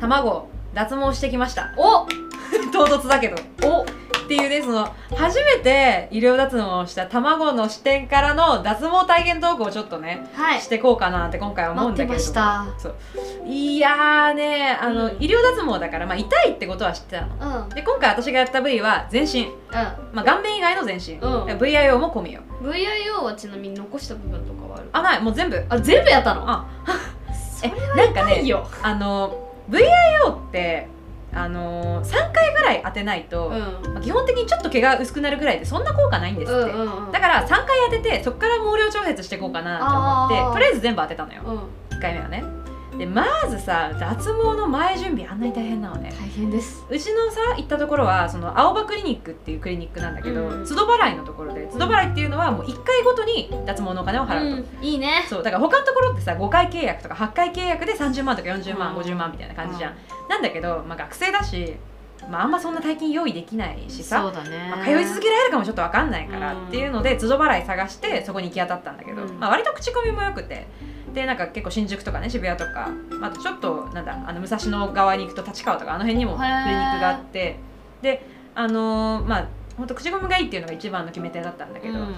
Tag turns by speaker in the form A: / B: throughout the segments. A: 卵脱毛してきました
B: お
A: 唐突だけど
B: お
A: っていうねその初めて医療脱毛をした卵の視点からの脱毛体験トークをちょっとね、
B: はい
A: してこうかなって今回は思う
B: 待
A: んだ
B: って
A: け
B: ま
A: れど
B: し
A: も
B: た
A: いやーねあの、
B: うん
A: 医療脱毛だから、まあ、痛いってことは知ってたの
B: うんうん
A: で今回私がやった部位は全身、まあ、顔面以外の全身、
B: うん
A: VIO も込みよ
B: VIO はちなみに残した部分とかはある
A: あないもう全部
B: あ全部やったの
A: あ
B: そ
A: え
B: れ
A: なんか
B: ない
A: ね
B: よ、
A: あの VIO ってあの3回ぐらい当てないと、
B: うん
A: まあ基本的にちょっと毛が薄くなるぐらいでそんな効果ないんですって、
B: うんうん
A: だから3回当ててそこから毛量調節していこうかなって思っ
B: あー
A: てとりあえず全部当てたのよ
B: うん
A: 1回目はねでまずさ脱毛の前準備あんなに大変なのね
B: 大変です
A: うちのさ行ったところはその青葉クリニックっていうクリニックなんだけど、
B: うん
A: 都度払いのところで都度払いっていうのはもう1回ごとに脱毛のお金を払うと、
B: うんいいね
A: そうだから他のところってさ5回契約とか8回契約で30万とか40万、
B: うん
A: 50万みたいな感じじゃん、なんだけど、まあ、学生だし、まあ、あんまそんな大金用意できないしさ、
B: うだね
A: まあ、通い続けられるかもちょっと分かんないから
B: うん
A: っていうので都度払い探してそこに行き当たったんだけど、
B: うん
A: まあ、割と口コミも良くてでなんか結構新宿とかね渋谷とか、まあ、あとちょっとなんだあの武蔵野側に行くと立川とかあの辺にも
B: へ
A: ク
B: ー
A: リニックがあってであのーまあ本当口コミがいいっていうのが一番の決め手だったんだけど、
B: うん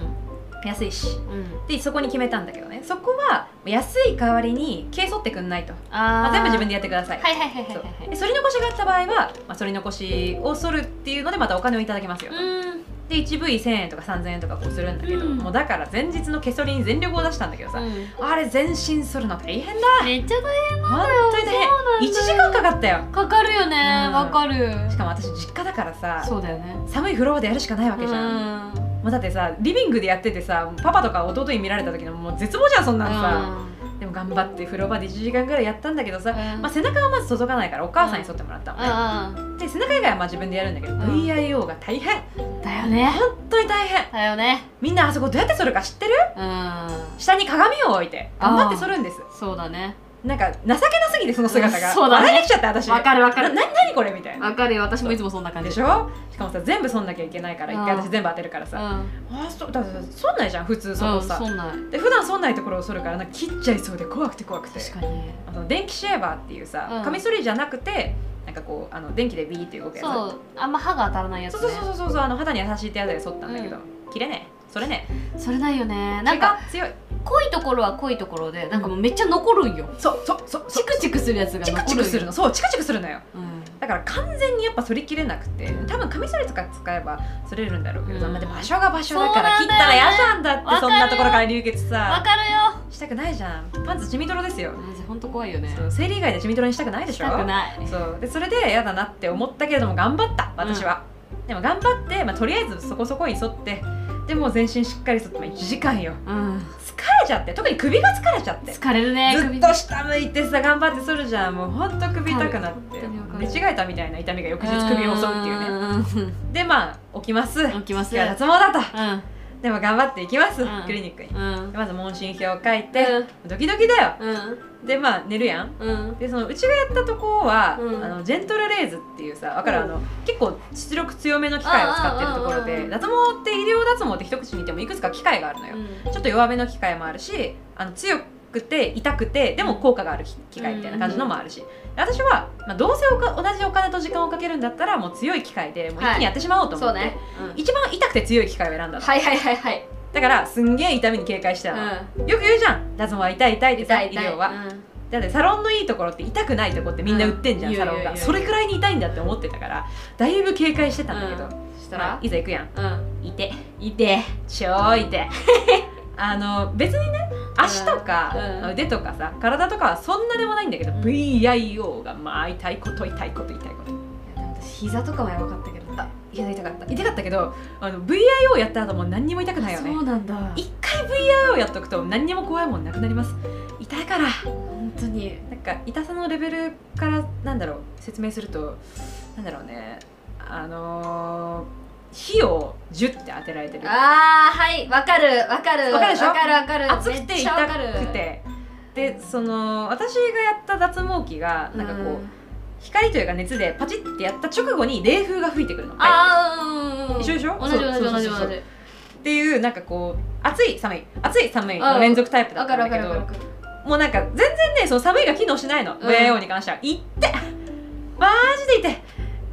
A: 安いし
B: うん
A: でそこに決めたんだけどねそこは安い代わりに毛剃ってくんないと、
B: あ
A: まあ、
B: ー
A: 全部自分でやってください、
B: はいはいはいはい
A: そう
B: はいはい
A: で剃り残しがあった場合は、まあ、剃り残しを剃るっていうのでまたお金をいただきますよ、
B: うん
A: で 1V1000 円とか3000円とかこうするんだけど、
B: うん
A: もうだから前日の毛剃りに全力を出したんだけどさ、
B: うん
A: あれ全身剃るの大変だ
B: めっちゃ大
A: 本当に大変1
B: 変
A: 時間かかったよ
B: かかるよね
A: うん
B: わかる
A: しかも私実家だからさ
B: そうだよね
A: 寒いフロアでやるしかないわけじゃん、
B: うん
A: もうだってさリビングでやっててさパパとか弟に見られた時のもう絶望じゃんそんなのさ、でも頑張って風呂場で1時間ぐらいやったんだけどさ、
B: うん
A: まあ、背中はまず届かないからお母さんに沿ってもらったのね、
B: うん
A: で背中以外はまあ自分でやるんだけど、
B: ん
A: VIO が大変
B: うんだよね
A: 本当に大変
B: だよね
A: みんなあそこどうやって剃るか知ってる
B: うん
A: 下に鏡を置いて頑張って剃るんです
B: そうだね
A: なんか情けなすぎてその姿
B: う
A: が
B: んそうだね
A: 笑いできちゃった私
B: わかるわか
A: な
B: る
A: 何何これみたいな
B: わかるよ私もいつもそんな感じ
A: でしょしかもさ全部剃んなきゃいけないから一回
B: うん
A: 私全部当てるから
B: う
A: さ、
B: ん
A: あそうだから剃んないじゃん普通そ
B: うん
A: こさ、
B: そんな
A: で普段剃んないところを剃るからなんか切っちゃいそうで怖くて怖くて
B: 確かに
A: あの電気シェーバーっていうさ、
B: うん
A: カミソリじゃなくてなんかこうあの電気でビーって動くやつ
B: そうあんま歯が当たらないやつ
A: そ
B: ね
A: うそうそうそうそうあの肌に優しいってやつで剃ったんだけど、
B: う
A: 切れねえそれね
B: それないよね
A: え
B: なんか
A: 毛が強い
B: 濃いところは濃いところでなんかもうめっちゃ残るんよ
A: そうそうそうそう
B: チクチクするやつが
A: チ
B: 残る
A: ク
B: んよ
A: チクするのそうチクチクするのよ
B: うん
A: だから完全にやっぱ剃り切れなくて多分カミソリとか使えば剃れるんだろうけど、
B: うん
A: まあでも場所が場所だから切
B: そうなんだよね
A: ったら嫌じゃんだって
B: わか
A: そ
B: るよ
A: んなところから流血
B: わ
A: さ
B: かるよ
A: したくないじゃんパンツ血みどろですよ、
B: マジ本当怖いよね
A: そう生理以外で血みどろにしたくないでしょ
B: したくない
A: そうでそれで嫌だなって思ったけれども頑張った私は、でも頑張って、まあ、とりあえずそこそこに沿ってでもう全身しっかり沿って、まあ、1時間よ
B: うん
A: 疲れちゃって特に首が疲れちゃってず
B: 疲れるね
A: っと下向いてさ頑張って剃るじゃんもうほんと首痛くなって
B: はい本当にわか
A: 寝
B: る
A: 違えたみたいな痛みが翌日首を襲うっていうね
B: ね
A: でまあ起きます
B: 起きます
A: 今日は脱毛だと
B: うん
A: でも頑張っていきます、
B: うん
A: クリニックに
B: うん
A: でまず問診票を書いて、
B: うん
A: ドキドキだよ
B: うん
A: でまあ寝るやん
B: うん
A: でそのうちがやったとこは、
B: うん
A: あのジェントルレイズっていうさ分かる、
B: うん
A: あの結構出力強めの機械を使ってるところ
B: うんうんうん
A: で
B: うん
A: 脱毛って医療脱毛って一口に言ってもいくつか機械があるのよ、ちょっと弱めの機械もあるしあの強くて痛くてでも効果がある機械みたいな感じのもあるし、私は、まあ、どうせおか同じお金と時間をかけるんだったらもう強い機械でもう一気にやってしまおうと思
B: そ
A: っ
B: う
A: て、
B: ね
A: 一番痛くて強い機械を選んだの、
B: はいはいはいはい
A: だからすんげえ痛みに警戒してたの、
B: う
A: よく言うじゃん脱毛は痛い痛いっ
B: ん
A: てさ医療は、だってサロンのいいところって痛くないとこってみんな売ってんじゃん、
B: うん
A: サロン
B: いやいや
A: が
B: いや
A: それくらいに痛いんだって思ってたからだいぶ警戒してたんだけど、
B: うんそした
A: まあ
B: ら
A: いざ行くやん
B: うん
A: いて
B: いて
A: 超いて あの別にね足とか、
B: うんうん
A: 腕とかさ体とかはそんなでもないんだけど、
B: うん
A: VIO がまあ痛いこと痛いこと痛いこと
B: 私膝とかはやばかったけど
A: あいや痛かった痛かったけどあの VIO やった後もう何にも痛くないよね
B: そうなんだ
A: 一回 VIO やっとくと何にも怖いもんなくなります痛いから
B: 本当に
A: なんか痛さのレベルからなんだろう説明するとなんだろうねあのー火を10って当てられてる
B: ああはいわかるわかる
A: わかるでしょ
B: わかるわかる
A: 熱くて
B: めっち
A: 痛
B: ゃわかる
A: くてでその私がやった脱毛器がなんかこう、光というか熱でパチッてやった直後に冷風が吹いてくるのっ
B: ああうんうんうん
A: 一緒でしょ
B: 同じ同
A: そ
B: じ
A: う
B: 同じ
A: そうそうそう
B: 同じ
A: ていうなんかこう暑い寒い暑い寒い
B: うん
A: の連続タイプだ
B: わ
A: っ
B: か
A: たん
B: る
A: だ
B: わか
A: け
B: るわか
A: ど
B: る
A: もうなんか全然ねその寒いが機能しないの
B: ん
A: VIO に関しては「いってマジで痛い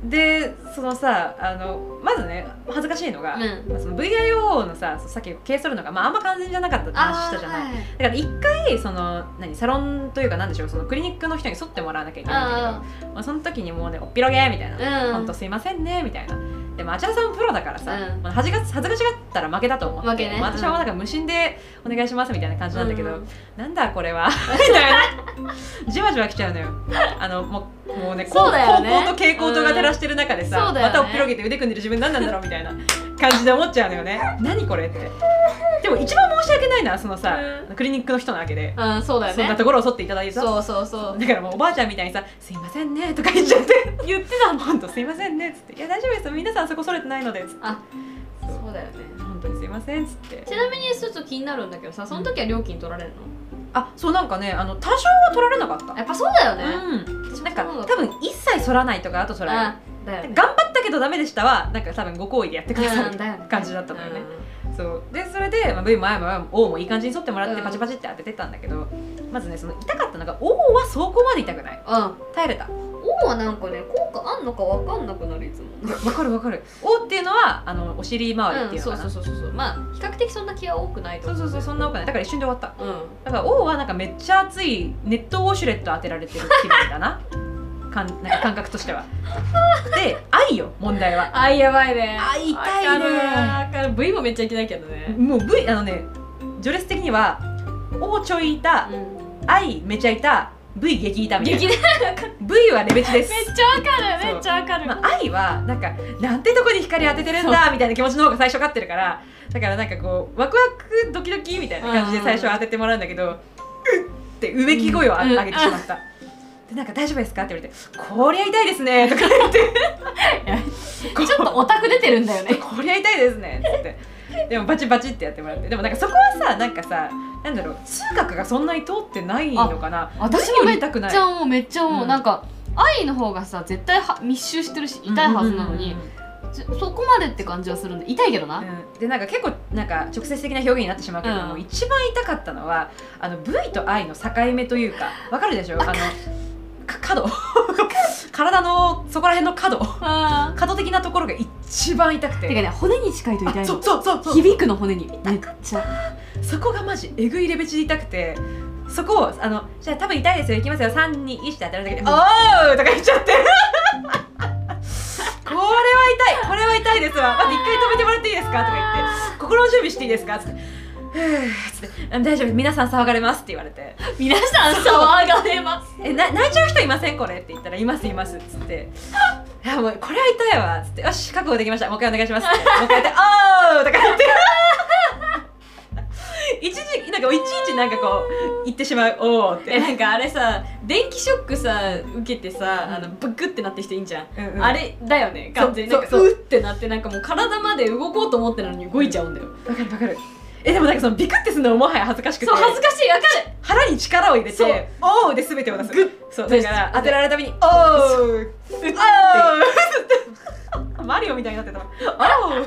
A: でそのさあのまずね恥ずかしいのが、
C: うん
A: まあその VIO のささっき経営するのが、まあ、あんま完全じゃなかったって話したじゃな
C: い
A: い、だから一回その何サロンというかなんでしょうそのクリニックの人に剃ってもらわなきゃいけないんだ
C: あ
A: けど、まあ、その時にもうねおっぴろげーみたい
C: あ
A: な「ほ
C: うんん
A: とすいませんね」みたいな。でもあちらさんもプロだからさ、
C: うん
A: まあ恥ずか恥ずかしがったら負けだと思って、
C: 負けね
A: まあ私は
C: うん
A: なんか無心でお願いしますみたいな感じなんだけど、
C: うん
A: なんだこ れはみたいなじわじわ来ちゃうのよあのもうもうね
C: そうだよね
A: 高校と蛍光灯が照らしてる中で
C: うん
A: さ、
C: そうだよね
A: またおっぴろげて腕組んでる自分何なんだろうみたいな感じで思っちゃうのよね何これってでも一番申し訳ないのはそのさ、
C: う
A: クリニックの人なわけで、
C: うんそうだよ
A: そんな
C: ね
A: ところを剃っていただいてさ
C: そうそうそう
A: だからもうおばあちゃんみたいにさ「すいませんね」とか言っちゃって言ってたのほんと「すいませんね」っつって「いや大丈夫ですよ皆さんそこそれてないので」つって
C: あ
A: そう
C: そうだよね
A: 本当にすいません」っつって
C: ちなみにちょっと気になるんだけどさその時は料金取られるの、
A: あそうなんかねあの多少は取られなかった
C: やっぱそうだよね、
A: うん、なんか
C: そう
A: 多分一切剃らないとかあと剃られる
C: あだよね
A: 頑張ったけどダメでしたはなんか多分ご好意でやってくださ
C: うん
A: る
C: だよね
A: 感じだったのよね、そうでそれで、まあ、V も I も O もいい感じに剃ってもらって
C: うん
A: パチパチって当ててたんだけど、まずねその痛かったのが O はそこまで痛くない
C: うん、うん
A: 耐えれた
C: 王はなんかね効果あんのかわかんなくなるいつも
A: わかるわかる O っていうのはあのお尻周りっていうの
C: そ
A: か
C: う
A: な、
C: そうそうそうそうまあ比較的そんな気は多くないと
A: そう
C: 思う
A: そうそうそんな多くないだから一瞬で終わった
C: うん
A: だから O はなんかめっちゃ熱い熱湯ウォシュレット当てられてる気分だなかんなんか感覚としてはで愛よ問題は
C: あやばいね
A: あ痛いね
C: わかるわかる V もめっちゃいけないけどね
A: もう V あのね序列的には O ちょい痛
C: うん
A: 愛めちゃ痛 V 激痛みたい
C: 激
A: な
C: ね
A: V はレベチです
C: めっちゃわか
A: そう
C: るめっちゃわかる、
A: まあ、愛はなんかなんてとこに光当ててるんだみたいな気持ちの方が最初勝ってるからだからなんかこうワクワクドキドキみたいな感じで
C: うん
A: 最初は当ててもらうんだけど「うっ!」ってうめき声をあ
C: うん
A: 上げてしまった。でなんか大丈夫ですかって言われて「こりゃ痛いですね」とか言って
C: ちょっとオタク出てるんだよね
A: 「こりゃ痛いですね」って言ってでもバチバチってやってもらってでもなんかそこはさなんかさなんだろう痛覚がそんなに通ってないのかな
C: 私もめっ
A: 痛くない
C: ちゃもうめっちゃもう、
A: うん
C: なんか愛の方がさ絶対は密集してるし痛いはずなのに、
A: うんうんうんうん
C: ちょそこまでって感じはするんで痛いけどな、
A: うんでなんか結構なんか直接的な表現になってしまうけれども、
C: うん
A: 一番痛かったのはあの V と I の境目というかわかるでしょあのか角 体のそこら辺の角
C: あ
A: 角的なところが一番痛く
C: ー
A: て
C: てかね骨に近いと痛い
A: あ
C: の
A: そうそうそうそう
C: 響くの骨にめっちゃ
A: そこがマジえぐいレベチで痛くてそこをあのじゃあ多分痛いですよいきますよ321って当たるだけで「
C: うん
A: おー!」とか言っちゃって これは痛いこれは痛いですわまず一回止めてもらっていいですかとか言って心の準備していいですかつって「ふーつってあ大丈夫皆さん騒がれます」って言われて
C: 皆さん騒がれます
A: えな泣いちゃう人いませんこれって言ったら「いますいます」っつって「いやもうこれは痛いわ」っつって「よし覚悟できましたもう一回お願いします」ってもう一回やって 「おー!」とか言って 一時なんかいちいちなんかこう言ってしまう「おー」っ
B: え
A: て、
B: なんかあれさ電気ショックさ受けてさ、
A: うん
B: あのブクってなってる人いいんじゃん、
A: うんうん
B: あれだよね完全に
A: そ
B: な
A: うん
B: か
A: そうそう
B: うってなってなんかもう体まで動こうと思ってるのに動いちゃうんだよ、
A: わかるわかるえでもなんかそのビクってするのももはや恥ずかしくて
B: そう恥ずかしいわか
A: 腹に力を入れ
B: そう
A: て「おー」で全てを出す
B: グッ
A: そう
B: で
A: だ
B: す
A: から当てられるたびに「おー」「おー」 マリオみたいになってた「おー」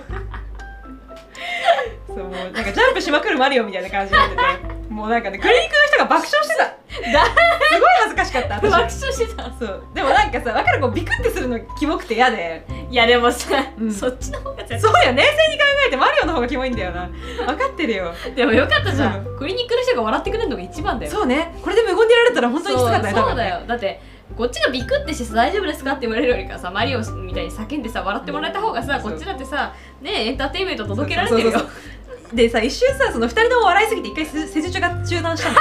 A: そうもうなんかジャンプしまくるマリオみたいな感じになっててもうなんかねクリニックの人が爆笑してた
B: るだ
A: すごい恥ずかしかった
B: 爆笑
A: 私
B: してた
A: そうでもなんかさ分かるこうビクってするのキモくて嫌で
B: いやでもさ、
A: うん
B: そっちの方が絶
A: そうよ冷静に考えてマリオの方がキモいんだよな分かってるよ
B: 対でもよかったじゃん、クリニックの人が笑ってくれるのが一番だよ
A: そうねこれで無言でいられたら本当にきつかったね
B: そう
A: 多分
B: そう
A: ね
B: だよだってこっちがビクってしてさ大丈夫ですかって言われるよりかさマリオみたいに叫んでさ笑ってもらえた方がさ、
A: うん
B: こっちだってさねえエンターテインメント届けられてるよ
A: そうそうでさ一瞬さその2人とも笑いすぎて一回せ施術が中断 したの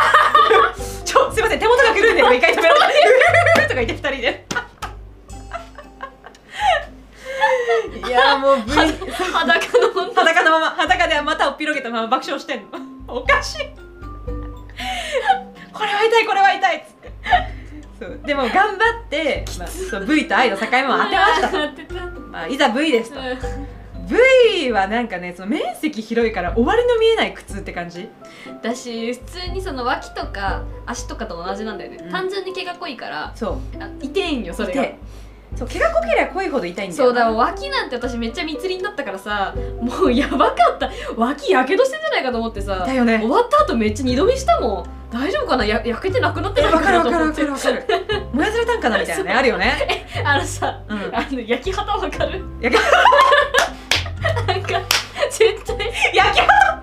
A: ちょすいません手元が狂うんでとか一回止められてとか言って2人でいやもう V
B: 裸の女
A: 裸のまま裸でまたおっぴろげたまま爆笑してんのおかしいこれは痛いこれは痛いっつってそうでも頑張って、まあ、そう V と I の境目を当てま したと、
B: 当てた
A: まあ、いざ V ですと V はなんかねその面積広いから終わりの見えない苦痛って感じ
B: だし普通にその脇とか足とかと同じなんだよね、
A: うん
B: 単純に毛が濃いから
A: そう
B: あ痛いんよそれが
A: でそう毛が濃ければ濃いほど痛いんだよ
B: そうだ
A: わ
B: 脇なんて私めっちゃ密林だったからさもうやばかった脇やけどしてんじゃないかと思ってさ
A: だよ
B: 終
A: ね
B: わった後めっちゃ二度見したもん大丈夫かなや焼けてなくなって
A: え
B: ない
A: わかるわかる
B: と思
A: わ
B: っ
A: か
B: て
A: るわか る燃やされたんかなみたいなねあるよね
B: あのさ
A: うん
B: あの焼き旗わかる
A: 焼き
B: なんか絶対
A: 焼き肌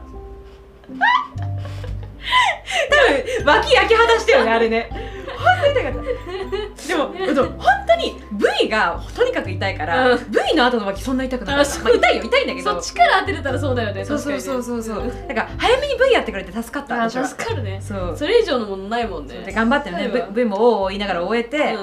A: 多分脇焼き肌したよねあれね本当に痛かったでもでも本当に部位がとにかく痛いから、
B: う
A: 部位の後の脇そんな痛くなかっ
B: あ
A: た、
B: そう
A: まあ、痛いよ痛いんだけ
B: そ
A: ど
B: っちから当てれたらそうだよね
A: そうそうそう
B: そ
A: そうそうだから早めに部位やってくれて助かった
B: あ
A: 私は
B: 助かるね
A: そう
B: それ以上のものないもんね
A: で頑張ってね
B: そうよ
A: 部位も「おーおー言いながら終えて、
B: うん
A: で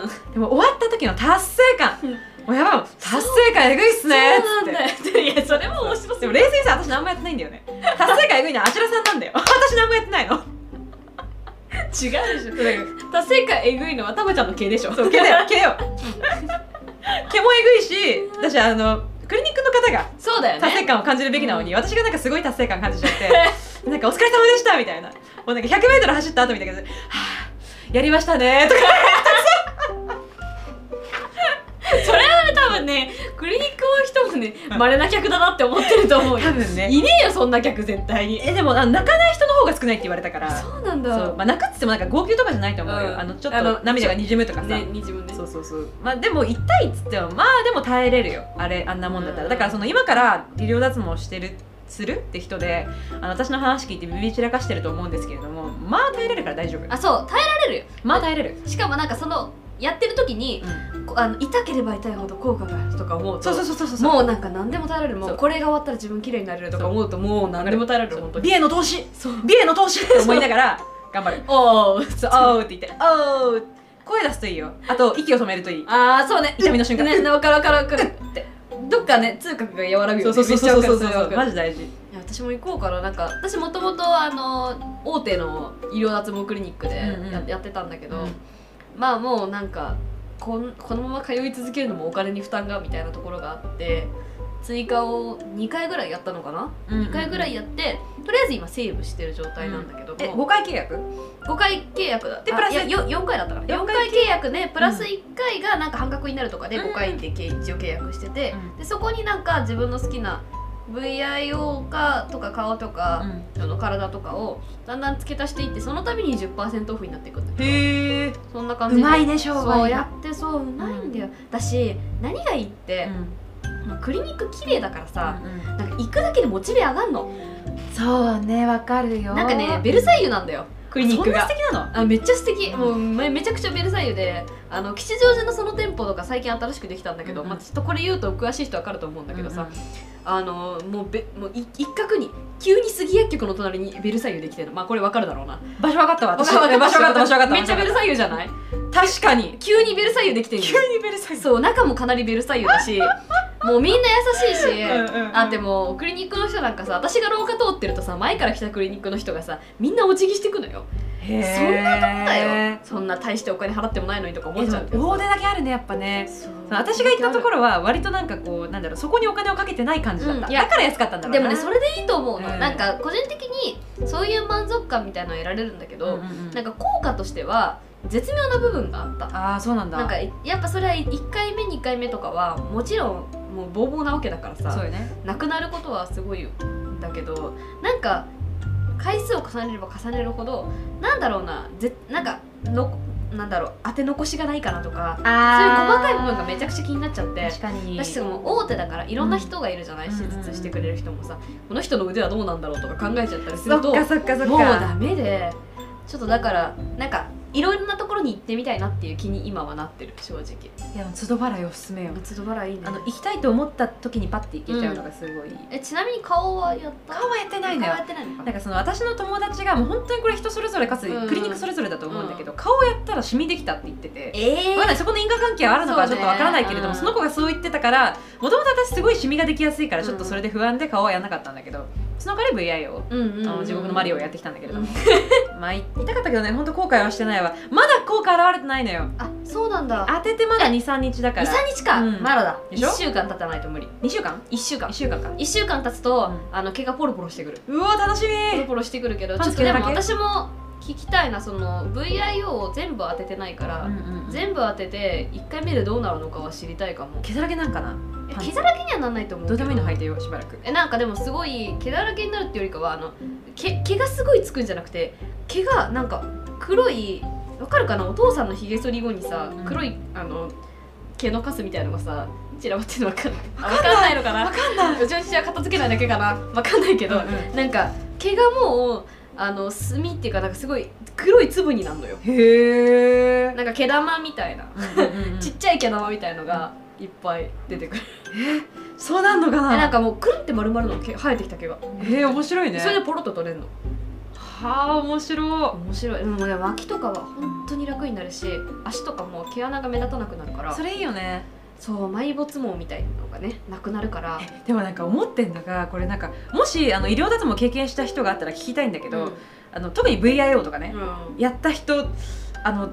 A: も終わった時の達成感
B: うん
A: もうやばいもん達成感えぐいっす
B: そう
A: ねっ
B: なん
A: つって
B: だよ。いや、それも面白そう。
A: でも冷静にさ私何もやってないんだよね達成感えぐいのはあちらさんなんだよ私何もやってないの
B: 違うでしょ。達成感えぐいのはたまちゃんの毛でしょ。
A: そう毛だよ毛だよ毛もえぐいし私あのクリニックの方が
B: そうだよ
A: 達成
B: ね。
A: 感を感じるべきなのに、私がなんかすごい達成感感じちゃってなんか「お疲れ様でした」みたいなもうなんか 100m 走った後みたいな感じで「はぁやりましたね」とか
B: それはね、多分ね、クリニックの人もね、稀な客だなって思ってると思うよ
A: 多。分ね
B: いねえよ、そんな客絶対に。
A: えでもあの泣かない人の方が少ないって言われたから
B: そうなんだ。
A: そうまあ、泣くっつってもなんか号泣とかじゃないと思うよ、
B: うん
A: あのちょっ
B: あの
A: と涙がにじむとかさ、
B: ね、にじむね。
A: そうそうそうまあでも痛いっつってもまあでも耐えれるよあれあんなもんだったら、だからその今から医療脱毛してるするって人であの私の話聞いてビビ散らかしてると思うんですけれどもまあ耐えれるから大丈夫
B: あ、そう、耐えられるよ。
A: まあ耐えれる、
B: しかもなんかその、やってる時に、こあの痛ければ痛いほど効果があるとか思うと。
A: そうそうそうそうそう
B: もうなんか何でも耐えられるも
A: そう
B: うこれが終わったら自分綺麗になれるとか思うともう何でも耐えられる本当に
A: 美瑛の投資美瑛の投資って思いながら頑張る
B: おお
A: そうおうって言っておう声出すといいよあと息を止めるといい
B: ああそうね
A: 痛みの瞬間
B: ねねわかるわかるわかる
A: て
B: どっかね痛覚が和らぐよね
A: そうそうそうそうそう
B: めっちゃわかるれはわか
A: マ
B: る
A: ジ大事
B: いや私も行こうからなんか私もともとあの大手の医療脱毛クリニックでや,、
A: うんうん
B: やってたんだけど、
A: うん
B: まあもうなんかこんこのまま通い続けるのもお金に負担がみたいなところがあって追加を2回ぐらいやったのかな、
A: 2
B: 2回ぐらい
A: や
B: やってとりあえず今セーブしてる状態なんだけど
A: え
B: も
A: 5回契約
B: う5回契約だ
A: でプラス
B: あいやよ4回だったかな
A: 四
B: 4
A: 回
B: 回契約でプラス
A: うん
B: 1回がなんか半額になるとかで
A: うん
B: 5回でけ一応契約してて、
A: うん
B: でそこになんか自分の好きな VIO かとか顔とか、その体とかをだんだん付け足していってその度に10%オフになっていくんだけど
A: へえ
B: そんな感
A: う
B: じで
A: まいね商
B: そう
A: 売
B: やってそううまいんだよ、だし何がいいって、まあクリニック綺麗だからさ、なんか行くだけでモチベ上がんの
A: そうねわかるよ
B: なんかねベルサイユなんだよクリニック
A: そ
B: が
A: んな素敵なの
B: あめっちゃ素敵もうめめちゃくちゃベルサイユであの吉祥寺のその店舗とか最近新しくできたんだけど、
A: うんうん
B: まあ、ちょっとこれ言うと詳しい人わかると思うんだけどさ、あのもうべもうい一角に急に杉薬局の隣にベルサイユできてるまあこれわかるだろうな
A: 場所わかったわ
B: 場
A: 私
B: 所
A: 場所わかった場所わかった
B: めっちゃベルサイユじゃない
A: 確かに
B: 急にベルサイユできてる
A: 急
B: よ
A: にベルサイユ
B: そう中もかなりベルサイユだしもうみんな優しいし、
A: うんうん
B: あでもクリニックの人なんかさ私が廊下通ってるとさ前から来たクリニックの人がさみんなお辞儀してくのよ
A: へー
B: そんなとこだよそんな大してお金払ってもないのにとか思っ
A: え
B: ちゃう
A: でも大手だけあるねやっぱねそ
B: そう
A: う私が行ったところは割となんかこうなんだろうそこにお金をかけてない感じだった、
B: うんいや
A: だから安かったんだろうな
B: でもねそれでいいと思うの、
A: うん
B: なんか個人的にそういう満足感みたいなのを得られるんだけど、
A: うんうんうん
B: なんか効果としては絶妙な部分があった
A: ああそうなんだ
B: なんかやっぱそれは1回目2回目とかはもちろんもうボーボーなわけだから
A: そう
B: さ
A: よね
B: なくなることはすごいんだけどなんか回数を重ねれば重ねるほどなんだろうなぜなんかのなんだろう当て残しがないかなとかそういう細かい部分がめちゃく
A: ゃ
B: ちゃ気になっちゃって
A: 確かに
B: 私もう大手だからいろんな人がいるじゃない、
A: うん
B: 手術してくれる人もさこの人の腕はどうなんだろうとか考えちゃったりす
A: そ
B: る
A: っ
B: と
A: かそっかそっか
B: もうダメでちょっとだからなんかいろいろなところに行ってみたいなっていう気に今はなってる正直
A: いや都度払いを勧めよう
B: 夏度払いいね
A: あの行きたいと思った時にパッて行けちゃうのがすごいいい、
B: えちなみに顔はやった
A: 顔はやってないのよ
B: 顔はやってないのか
A: なん
B: な
A: かその私の友達がもう本当にこれ人それぞれかつ
B: うん
A: クリニックそれぞれだと思うんだけど、顔をやったらシミできたって言ってて、
B: え
A: わかんないそこの因果関係はあるのかはちょ
B: そ
A: っ
B: うね
A: とわからないけれども
B: うん
A: そ,、の子がそう言ってたからもともと私すごいシミができやすいからちょっとそれで不安で顔はやらなかったんだけどその代わり VI を。
B: うんうんうん
A: あの地獄のマリオをやってきたんだけれども
B: う、
A: まあ痛かったけどね本当後悔はしてないわまだ効果現れてないのよ
B: あそうなんだ
A: 当ててまだ23日だから
B: 23日か、
A: うん
B: まだだ
A: でしょ
B: 1週間経たないと無理
A: 2週間
B: 1週間
A: 1週間か
B: 1週間経つと、
A: うん
B: あの毛がポロポロしてくる
A: うおー楽し
B: ポロ
A: み
B: ポロしてくるけど
A: パ
B: ち
A: ン
B: ょ
A: ツ
B: っと
A: 着
B: で
A: るだ
B: も
A: け
B: 私も聞きたいなその VIO を全部当ててないから、
A: うんうん
B: 全部当てて1回目でどうなるのかは知りたいかも
A: 毛だらけなんかな
B: え
A: パンツ
B: 毛だらけにはならないと思う
A: どうでもいいの履い
B: て
A: てよしばらく
B: えなんかでもすごい毛だらけになるってよりかはあの毛毛がすごいつくんじゃなくて毛がなんか黒いわかるかなお父さんのひげ剃り後にさ
A: うん
B: 黒いあの毛のカスみたいなのがさ散らばってるのわかんないあ
A: わ
B: わ
A: かんない
B: かんないのかな
A: わかんない
B: うちの父は片付けないだけかなわかんないけ
A: け
B: ど
A: ど、へ
B: なんか毛がもうあの炭っていうかなんかすごい黒い粒になるのよ
A: え
B: なんか毛玉みたいな、ちっちゃい毛玉みたいのがいっぱい出てくる、
A: そうなんのか
B: で
A: な
B: なんかもうくるって丸々の毛生えてきた毛が、
A: へえ面白いね
B: それでポロッと取れるの
A: はあ面白
B: 面白いでもね脇とかは本当に楽になるし足とかも毛穴が目立たなくなるから
A: いそれいいよね
B: そう埋没毛みたいなのがねなくなるから
A: でもなんか思ってんのがこれなんかもしあの医療脱毛経験した人があったら聞きたいんだけ
B: け
A: ど、
B: ど、
A: あの特に VIO とかね、やった人あの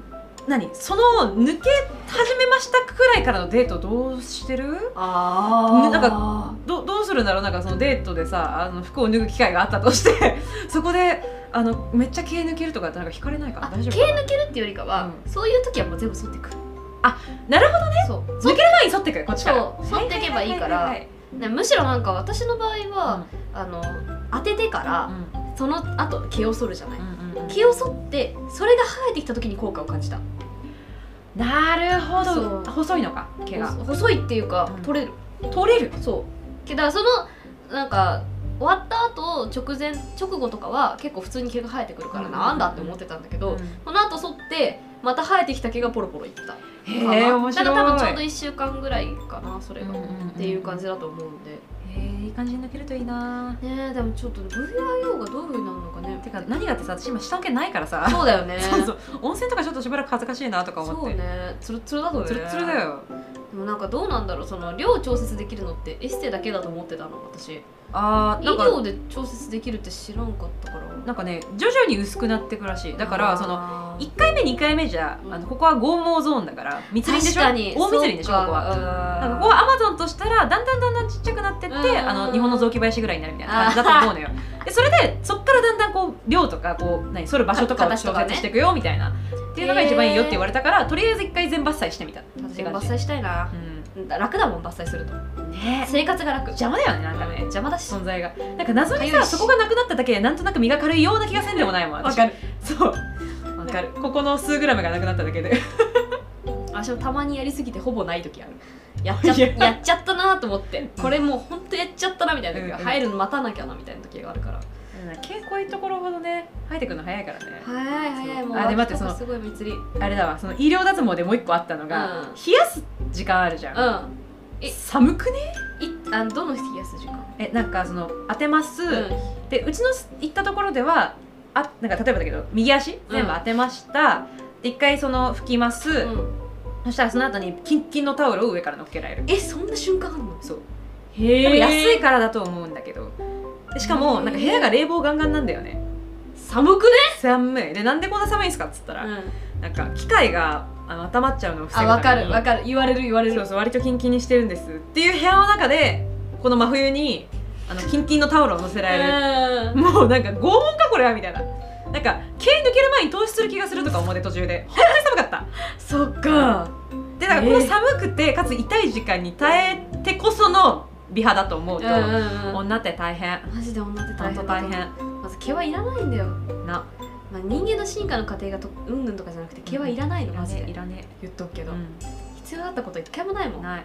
A: 何その抜け始めましたくらいからのデートどうしてる
B: あ
A: ねなんかどどうするんだろうなんかそのデートでさあの服を脱ぐ機会があったとして そこであのめっちゃ毛抜けるとかってなんか引かれないかな
B: あ
A: 大丈
B: 毛
A: 夫
B: 抜けるっていうよりかは、
A: う
B: そういう時はもう全部剃ってく
A: あ
B: なるほどねそう
A: 抜ける前に剃ってくよこっちから
B: そう剃ってけばいいから
A: はははい
B: ねむしろなんか私の場合は、あの当ててか
A: は
B: ら、
A: い
B: その後毛を剃るじゃない、
A: うんうんうん
B: 毛を剃ってそれが生えてきた時に効果を感じた
A: なるほど
B: そう
A: 細いのか毛が
B: 細細いっていうか、
A: うん
B: 取れる
A: 取れる
B: そうけどそのなんか終わった後直前直後とかは結構普通に毛が生えてくるから、
A: うん
B: なんだって思ってたんだけど、
A: うん
B: この後剃ってまた生えてきた毛がポロポロいったかな
A: へえ面白い
B: だから多分ちょうど1週間ぐらいかなそれが、
A: うんうんうん
B: っていう感じだと思うんで
A: へえいい感じに抜けるといいな
B: ねえでもちょっと VIO がどういうふうになるのかね
A: てか何がってさ私今下の毛ないからさ
B: そうだよね
A: そうそう温泉とかちょっとしばらく恥ずかしいなとか
B: そ
A: 思
B: う
A: って
B: ねツルッツルだとね
A: ツルッツルだよ
B: でもなんかどうなんだろうその量調節できるのってエステだけだと思ってたの私医
A: あーなんか
B: 療で調節できるって知らんかったから
A: なんかね徐々に薄くなってくらしいだからその
B: の
A: 1回目2回目じゃ
B: うん
A: あのここは剛毛ゾーンだから密林でしょ
B: 確かに
A: 大密林でしょここは
B: は
A: なんかここはアマゾンとしたらだんだんだんだんちっちゃくなってって
B: うんうんうん
A: あの日本の雑木林ぐらいになるみたいな感じだと思うのよでそれでそっからだんだんこう量とかこう何剃る場所とかを
B: 形と
A: 調
B: かね
A: 節していくよみたいなっていうのが一番いいよって言われたからとりあえず1回全伐採してみたって感じ
B: 私が伐採したいな
A: う
B: 楽だもん伐採すると
A: んね
B: 生活が楽
A: 邪魔だよねなんかね
B: 邪魔だし
A: 存在がなんか謎に
B: かゆ
A: さ
B: いし
A: そこがなくなっただけでなんとなく身が軽いような気がせんでもないもん私
B: る
A: そう
B: わ
A: わ
B: か
A: か
B: る
A: るここの数グラムがなくなっただけで
B: 私もたまにやりすぎてほぼな い時あるやっちゃっ
A: いや
B: やっちゃったなと思ってこれもうほんとやっちゃったなみたいな時が
A: うんうん
B: 入るの待たなきゃなみたいな時があるから
A: 結構いいところほどね生えてくるの早いからね
B: 早い
A: 早
B: 早
A: い
B: い
A: も
B: も
A: う
B: う
A: 脇とか
B: すごい密りうん
A: あれだわその医療脱毛でもう一個あったのが、
B: うん
A: 冷やす時間あるじゃん、
B: え
A: 寒くね
B: いあのどの日休時間
A: えなんかその当てます、
B: う
A: でうちのす行ったところではあなんか例えばだけど右足全部当てました、で一回その拭きます、
B: んうん
A: そしたらその後にキンキンのタオルを上から乗っけられる
B: えそんな瞬間あるの
A: そう
B: へ
A: 多分安
B: 安
A: い
B: い
A: からだと思うんだけどでしか
B: へ
A: も
B: ー
A: なんか部屋が冷房ガンガンなんだよね
B: 寒くね
A: 寒いでなんでこんな寒いんですかっつったら、なんか機械があの温まっちゃうのを防
B: あ
A: ぐために
B: わかるわかる言われる言われ
A: そう
B: る
A: そう割とキンキンにしてるんですっていう部屋の中でこの真冬にあのキンキンのタオルを乗せられ
B: うん
A: る、もうなんか拷問かこれはみたいななんか毛抜ける前に凍死する気がするとか思って途中 で本当に寒かった
B: そっか
A: でだから
B: え
A: この
B: ー
A: 寒くてかつ痛い時間に耐えてこその美肌と思うと、
B: マ
A: 女って大変
B: ジで女って
A: ほ
B: 大
A: んと
B: 変
A: 大変
B: まず毛はいらないんだよ、
A: な
B: まあ、人間の進化の過程がとうんぬんとかじゃなくて毛はいらないのマジ
A: い
B: で
A: らね
B: 言っとくけ
A: え
B: ど、必要だったこと一回もないもん
A: ない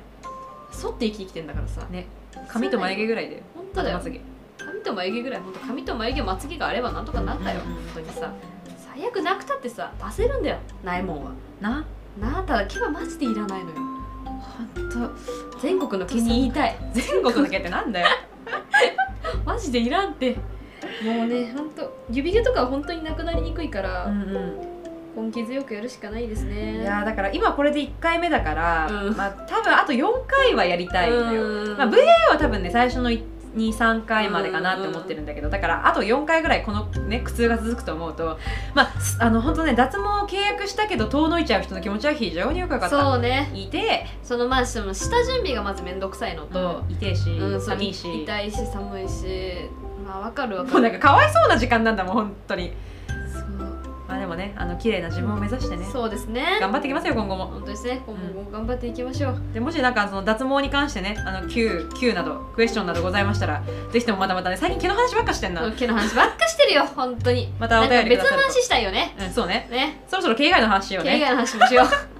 B: 剃って生きてきてんだからさ
A: ね髪と眉毛ぐらいで
B: 本当だよ
A: まつげ
B: 髪と眉毛ぐらい本当髪と眉毛まつ毛があればなんとかなったよ、
A: うんうん
B: 本当にさ最悪なくたってさ出せるんだよないもんは
A: な
B: なあただ毛はマジでいらないのよ
A: 本当
B: 全国の毛に言いたい
A: 全国の毛ってなんだよ
B: マジでいらんってもうね本当指毛とかは本当になくなりにくいから、
A: ん
B: 根気強くやるしかないです
A: う
B: ね
A: いやーだから今これで1回目だから、
B: うん
A: まあ多分あと4回はやりたいのよ、
B: うん
A: まあ、VAO は多分ね最初の23回までかなって思ってるんだけどだからあと4回ぐらいこの、ね、苦痛が続くと思うとまあすあの本当ね脱毛を契約したけど遠のいちゃう人の気持ちは非常によくわかった
B: そうね
A: いて
B: そのまあその下準備がまず面倒くさいのと、
A: いてえし、
B: うんそう
A: 寒いし
B: 痛いし寒いしまあわかるわ
A: も
B: か
A: うなん
B: る
A: かかわいそうな時間なんだもん本当に
B: そう
A: まあででもねあの綺麗な自分を目指してね
B: そうですね
A: 頑張っていきますよ今後も
B: 本当ですね今後も頑張っていきましょう、
A: でもしなんかその脱毛に関してねあの Q, Q などクエスチョンなどございましたらぜひともまたまたね最近毛の話ばっかしてんな
B: 毛の話ばっかしてるよ本当に
A: また
B: な
A: お
B: んか
A: 便りく
B: 別
A: ださ
B: の
A: る
B: 話したいよね
A: とうんそうね
B: ね
A: そろそろ毛以外の話を
B: 毛
A: ね
B: 以外の話もしよう